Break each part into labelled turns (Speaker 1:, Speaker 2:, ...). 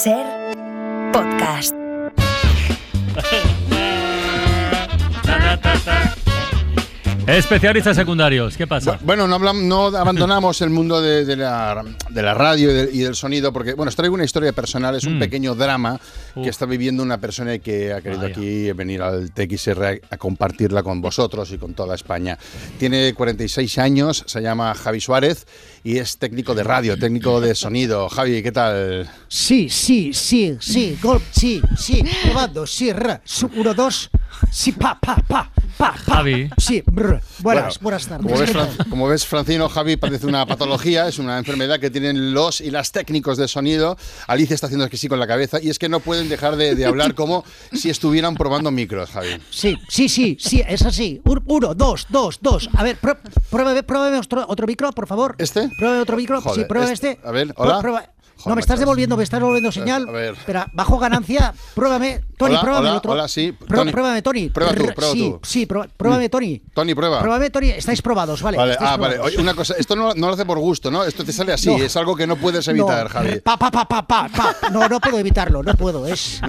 Speaker 1: Ser podcast.
Speaker 2: Especialistas secundarios, ¿qué pasa?
Speaker 3: Bueno, no, hablam- no abandonamos el mundo de, de la, de la radio y, del- y del sonido, porque, bueno, os traigo una historia personal, es un pequeño drama que está viviendo una persona y que ha querido
Speaker 2: Vaya.
Speaker 3: aquí venir al TXR a, a compartirla con vosotros y con toda España. Tiene 46 años, se llama Javi Suárez y es técnico de radio, técnico de sonido. Javi, ¿qué tal?
Speaker 4: Sí, sí, sí, sí, gol, sí, sí, probando, sí, ra, su, uno, dos, sí, pa, pa, pa, pa, pa,
Speaker 2: Javi.
Speaker 4: sí, brr. buenas,
Speaker 3: Bueno,
Speaker 4: buenas tardes.
Speaker 3: Como ves,
Speaker 4: ¿Qué
Speaker 3: Fran-
Speaker 4: tal?
Speaker 3: como ves, Francino, Javi parece una patología, es una enfermedad que tienen los y las técnicos de sonido. Alicia está haciendo que sí con la cabeza y es que no pueden dejar de, de hablar como si estuvieran probando micros, Javi.
Speaker 4: Sí, sí, sí, sí, es así. Un- Uno, dos, dos, dos. A ver, pró- pruébame, pruébame otro, otro micro, por favor.
Speaker 3: ¿Este?
Speaker 4: Pruébame otro micro,
Speaker 3: Joder,
Speaker 4: sí, pruébame
Speaker 3: este-
Speaker 4: este.
Speaker 3: a ver,
Speaker 4: Pru-
Speaker 3: hola.
Speaker 4: prueba-
Speaker 3: Joder,
Speaker 4: No, me estás
Speaker 3: macho.
Speaker 4: devolviendo, me estás devolviendo señal.
Speaker 3: A ver.
Speaker 4: Espera, bajo ganancia, pruébame. Tony,
Speaker 3: Hola,
Speaker 4: pruébame
Speaker 3: hola,
Speaker 4: otro.
Speaker 3: hola, sí,
Speaker 4: Prue-
Speaker 3: Tony.
Speaker 4: Pruébame, Tony.
Speaker 3: Prueba tú,
Speaker 4: Brr,
Speaker 3: prueba
Speaker 4: sí,
Speaker 3: tú.
Speaker 4: Sí, prueba- pruébame, Tony.
Speaker 3: Tony, prueba.
Speaker 4: Pruébame, Tony. Estáis probados, vale.
Speaker 3: Vale,
Speaker 4: estáis
Speaker 3: ah, vale.
Speaker 4: probados.
Speaker 3: Oye, una cosa, esto no, no lo hace por gusto, ¿no? Esto te sale así,
Speaker 4: No.
Speaker 3: es algo que no puedes evitar,
Speaker 4: no,
Speaker 3: Javi.
Speaker 4: Pa, pa, pa, pa, pa, pa. No, no puedo evitarlo, no puedo. Es,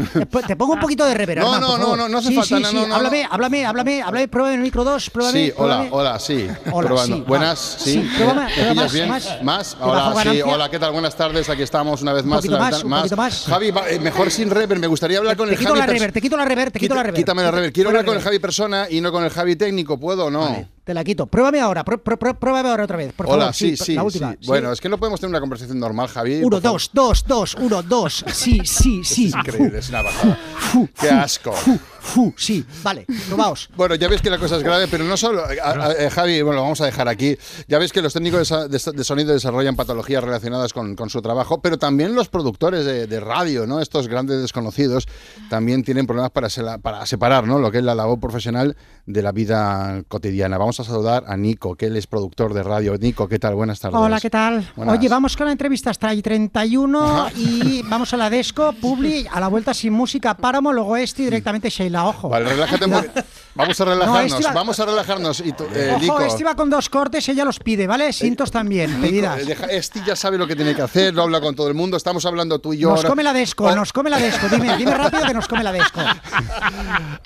Speaker 4: te pongo un poquito de reverb.
Speaker 3: No,
Speaker 4: Hernán,
Speaker 3: no,
Speaker 4: por
Speaker 3: no,
Speaker 4: favor.
Speaker 3: no, no hace
Speaker 4: sí,
Speaker 3: falta,
Speaker 4: Sí,
Speaker 3: no,
Speaker 4: sí,
Speaker 3: no, no,
Speaker 4: háblame,
Speaker 3: no.
Speaker 4: háblame, háblame, háblame, pruébame en el micro 2, pruébame.
Speaker 3: Sí, hola,
Speaker 4: pruébame.
Speaker 3: hola, sí.
Speaker 4: Hola,
Speaker 3: probando.
Speaker 4: sí, va.
Speaker 3: Buenas, sí.
Speaker 4: Sí, prueba
Speaker 3: ¿Me
Speaker 4: más, prueba
Speaker 3: pillas
Speaker 4: más,
Speaker 3: bien?
Speaker 4: más.
Speaker 3: Más,
Speaker 4: Que
Speaker 3: Hola,
Speaker 4: bajo
Speaker 3: sí.
Speaker 4: ganancia.
Speaker 3: Hola, ¿qué tal? Buenas tardes. Aquí estamos una vez más.
Speaker 4: poquito
Speaker 3: en la
Speaker 4: más,
Speaker 3: ventana.
Speaker 4: un poquito más.
Speaker 3: Javi, va- eh, mejor sin rever. Me gustaría hablar con
Speaker 4: Te
Speaker 3: el
Speaker 4: quito
Speaker 3: Javi.
Speaker 4: la
Speaker 3: pers-
Speaker 4: reverb, te quito la reverb, te quito
Speaker 3: Quita-
Speaker 4: la reverb.
Speaker 3: Quítame la rever. Quiero
Speaker 4: Fuera
Speaker 3: hablar con el
Speaker 4: reverb.
Speaker 3: Javi persona y no con el Javi técnico. ¿Puedo o no?
Speaker 4: Te la quito. Pruébame ahora, prue- prue- prue- pruébame ahora otra vez, por
Speaker 3: Hola,
Speaker 4: favor.
Speaker 3: sí, sí,
Speaker 4: La
Speaker 3: sí.
Speaker 4: última. sí.
Speaker 3: Bueno, es que no podemos tener una conversación normal, Javi.
Speaker 4: Uno,
Speaker 3: por favor.
Speaker 4: dos, dos, dos, uno, dos. Sí, sí, sí.
Speaker 3: Es increíble, es una bajada.
Speaker 4: Fu,
Speaker 3: Qué
Speaker 4: fu,
Speaker 3: asco.
Speaker 4: fu, fu, sí, vale, probaos.
Speaker 3: Bueno, ya ves que la cosa es grave, pero no solo. a- a- eh, Javi, bueno, lo vamos a dejar aquí. Ya ves que los técnicos de sa- de, sa- de sonido desarrollan patologías relacionadas con, con su trabajo, pero también los productores de, de radio, ¿no? Estos grandes desconocidos también tienen problemas para, se- para separar, ¿no? Lo que es la labor profesional de la vida cotidiana. Vamos a saludar a Nico, que él es productor de radio. Nico, ¿qué tal? Buenas tardes.
Speaker 4: Hola, ¿qué tal?
Speaker 3: Buenas.
Speaker 4: Oye, vamos con la entrevista hasta ahí 31
Speaker 3: Ajá.
Speaker 4: y vamos a la Desco, Publi, a la vuelta sin música, Páramo, luego este y directamente Sheila, ojo.
Speaker 3: Vale, relájate un poquito. Vamos a relajarnos,
Speaker 4: este iba-
Speaker 3: vamos a relajarnos. Y tú, eh,
Speaker 4: Ojo,
Speaker 3: Nico.
Speaker 4: este va con dos cortes, ella los pide, ¿vale? Cintos también,
Speaker 3: Nico,
Speaker 4: pedidas.
Speaker 3: eh, deja- este ya sabe lo que tiene que hacer, lo habla con todo el mundo. Estamos hablando tú y yo.
Speaker 4: Nos
Speaker 3: ahora.
Speaker 4: come la Desco,
Speaker 3: Oh,
Speaker 4: nos come la Desco. Dime, dime rápido que nos come la Desco.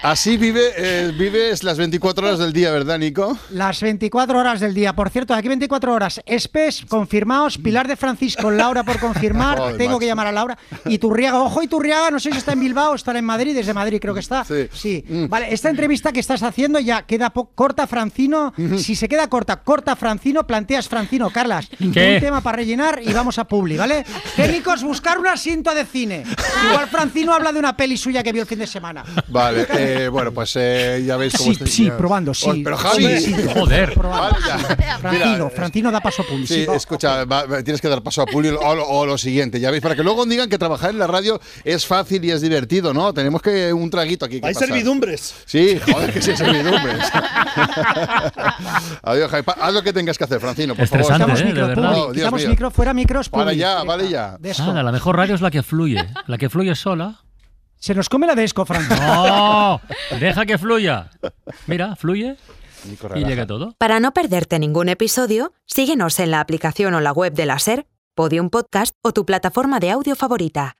Speaker 3: Así vive, eh, vives las 24 horas del día, ¿verdad, Nico?
Speaker 4: Las 24 horas del día. Por cierto, aquí 24 horas. Espes, confirmaos. Pilar de Francisco, Laura por confirmar.
Speaker 3: Joder,
Speaker 4: Tengo
Speaker 3: macho.
Speaker 4: que llamar a Laura. Y Turriaga, ojo, y Turriaga, no sé si está en Bilbao o estará en Madrid, desde Madrid creo que está.
Speaker 3: Sí. Mm.
Speaker 4: Vale, esta entrevista que estás haciendo ya queda po- corta, Francino. Si se queda corta, corta, Francino, planteas, Francino, Carlas. Un tema para rellenar y vamos a Publi, ¿vale? Técnicos, buscar un asiento de cine. Igual Francino habla de una peli suya que vio el fin de semana.
Speaker 3: Vale, eh, bueno, pues eh, ya veis cómo
Speaker 4: Sí,
Speaker 3: estoy-
Speaker 4: sí,
Speaker 3: ya-
Speaker 4: probando, sí.
Speaker 3: Oh, pero Javi,
Speaker 4: sí, sí,
Speaker 2: Joder.
Speaker 4: probando.
Speaker 3: Vale, ya.
Speaker 4: Francino,
Speaker 3: Mira,
Speaker 4: Francino da paso público.
Speaker 3: Sí, escucha, va- va- tienes que dar paso a Pulio o, lo- o lo siguiente, ya veis, para que luego digan que trabajar en la radio es fácil y es divertido, ¿no? Tenemos que un traguito aquí. que
Speaker 5: Hay
Speaker 3: pasar.
Speaker 5: servidumbres.
Speaker 3: Sí, joder, que sí, servidumbres. Adiós, Javi. Pa- Haz lo que tengas que hacer, Francino, por
Speaker 2: Estresante,
Speaker 3: favor.
Speaker 4: Quitamos
Speaker 2: ¿eh? de
Speaker 4: micro,
Speaker 2: verdad.
Speaker 4: Publi,
Speaker 3: Oh, Dios
Speaker 4: quitamos
Speaker 3: mío.
Speaker 4: micro, fuera micros,
Speaker 3: Para
Speaker 4: Publi,
Speaker 3: ya,
Speaker 4: directa,
Speaker 3: vale ya.
Speaker 4: desco.
Speaker 2: Nada, la mejor radio es la que fluye. La que fluye sola.
Speaker 4: Se nos come la desco, Francino.
Speaker 2: ¡No! Deja que fluya. Mira, fluye
Speaker 3: Nico,
Speaker 2: y
Speaker 3: relaja.
Speaker 2: llega todo.
Speaker 1: Para no perderte ningún episodio, síguenos en la aplicación o la web de la Ser, Podium Podcast o tu plataforma de audio favorita.